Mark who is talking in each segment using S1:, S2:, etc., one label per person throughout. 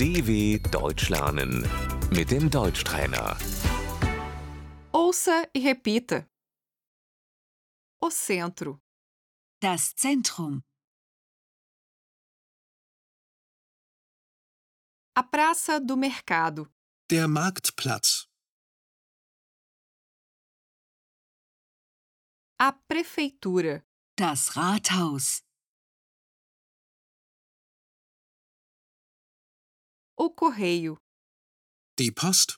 S1: DW Deutsch lernen mit dem Deutschtrainer.
S2: Ouça e repita. O centro,
S3: Das Zentrum,
S2: a praça do mercado,
S4: Der Marktplatz.
S2: a prefeitura,
S3: das Rathaus,
S2: o correio.
S4: Die Post.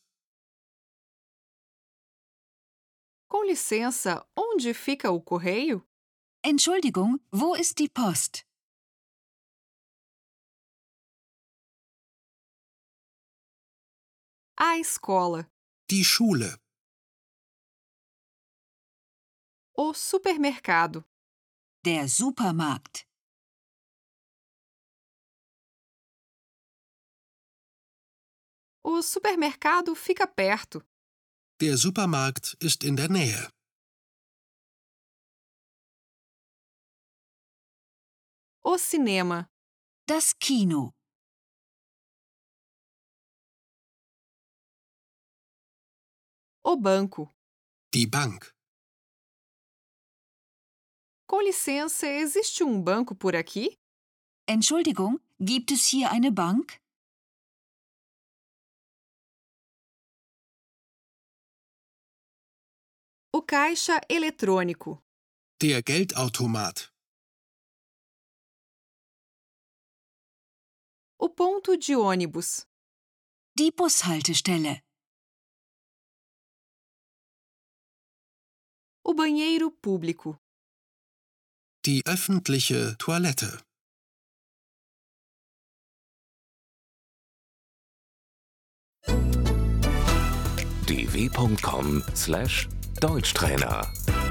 S2: Com licença, onde fica o correio?
S3: Entschuldigung, wo ist die Post?
S2: A escola,
S4: Die Schule.
S2: o supermercado,
S3: Der Supermarkt,
S2: O supermercado fica perto.
S4: Der Supermarkt ist in der Nähe.
S2: O cinema,
S3: das Kino,
S2: o banco.
S4: Die Bank.
S2: Com licença, existe um banco por aqui?
S3: Entschuldigung, gibt es hier eine Bank?
S2: O caixa eletrônico,
S4: Der Geldautomat.
S2: o ponto de ônibus,
S3: Die Bushaltestelle,
S2: o banheiro público,
S4: Die öffentliche Toilette.
S1: dw.com/deutschtrainer